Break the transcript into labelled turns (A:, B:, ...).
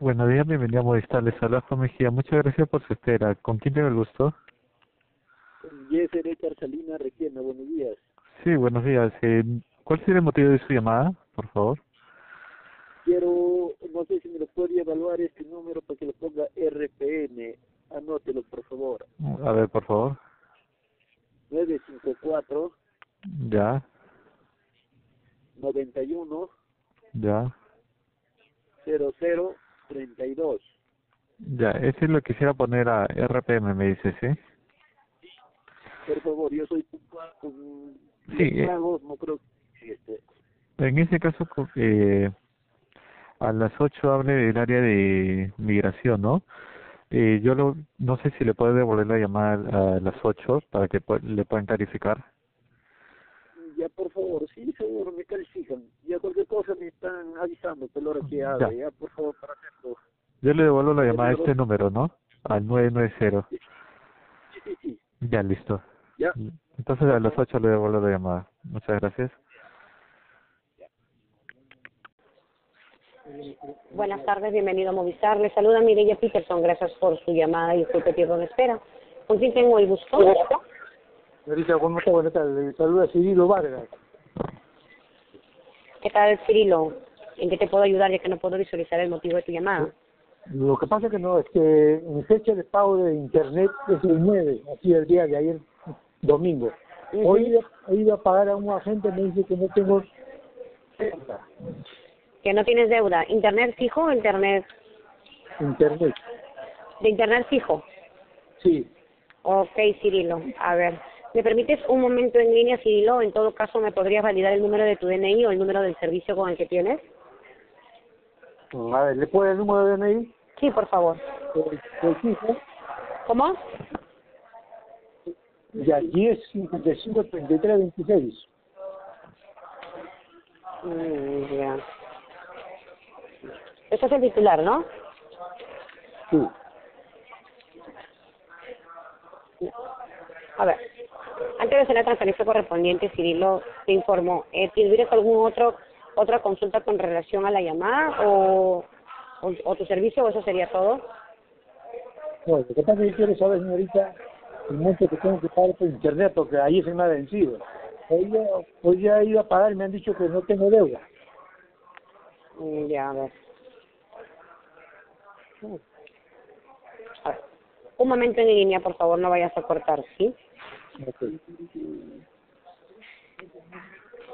A: Buenos días, bienvenido a Movistar. Les habla Juan Mejía. Muchas gracias por su espera. ¿Con quién tengo el gusto?
B: Yeseré Carcelina Requena, buenos días.
A: Sí, buenos días. Eh, ¿Cuál sería el motivo de su llamada, por favor?
B: Quiero, no sé si me lo puede evaluar este número para que lo ponga RPN. Anótelo, por favor.
A: Mm, A ver, por favor.
B: 954
A: Ya,
B: 91
A: ya,
B: 00 32.
A: ya. Ese lo quisiera poner a RPM, me dice, ¿sí?
B: Por favor, yo soy puntual con
A: Sí,
B: los
A: eh.
B: pagos, no creo que este.
A: En ese caso, co- eh, a las 8 hable del área de migración, ¿no? Eh, yo lo, no sé si le puede devolver la llamada a las 8 para que pu- le puedan clarificar.
B: Ya, por favor, sí, seguro, me califican. Ya cualquier cosa me están avisando, por la hora que haga,
A: Ya.
B: ya, por favor, para hacerlo.
A: Yo le devuelvo la llamada a
B: número?
A: este número, ¿no? Al 990.
B: Sí, sí, sí.
A: Ya, listo.
B: Ya.
A: Entonces a las 8 le devuelvo la llamada. Muchas gracias.
C: Buenas tardes, bienvenido a Movistar. Le saluda Mireya Peterson. Gracias por su llamada y disculpe tiempo de espera. ¿Con quién tengo el gusto?
D: Señorita, ¿cómo está? Buenas tardes. Le saluda Cirilo Vargas.
C: ¿Qué tal, Cirilo? ¿En qué te puedo ayudar ya que no puedo visualizar el motivo de tu llamada?
D: Lo que pasa que no, es que mi fecha de pago de internet es el 9, así el día de ayer, domingo. Hoy iba, hoy iba a pagar a un agente, me dice que no tengo cuenta,
C: Que no tienes deuda. ¿Internet fijo o internet?
D: internet.
C: De internet fijo.
D: Sí,
C: Ok, Cirilo. A ver, ¿me permites un momento en línea, Cirilo? En todo caso, ¿me podrías validar el número de tu DNI o el número del servicio con el que tienes?
D: a ver, ¿le puedo el número de DNI?
C: Sí, por favor.
D: El, el fijo,
C: ¿Cómo?
D: ya 10 55 33 26.
C: Mm, ya. Ese es el titular, ¿no?
D: Sí,
C: A ver, antes de hacer la transferencia correspondiente, Cirilo te informó, eh, ¿tienes algún otro otra consulta con relación a la llamada o, o, o tu servicio o eso sería todo?
D: bueno, lo que pasa es que yo quiero saber, señorita, el monto que tengo que pagar por internet, porque ahí se me ha vencido. Hoy ya, hoy ya iba a pagar y me han dicho que no tengo deuda.
C: Mm, Ya, a ver. Mm. A ver, Un momento en línea, por favor, no vayas a cortar, ¿sí?
D: Ok.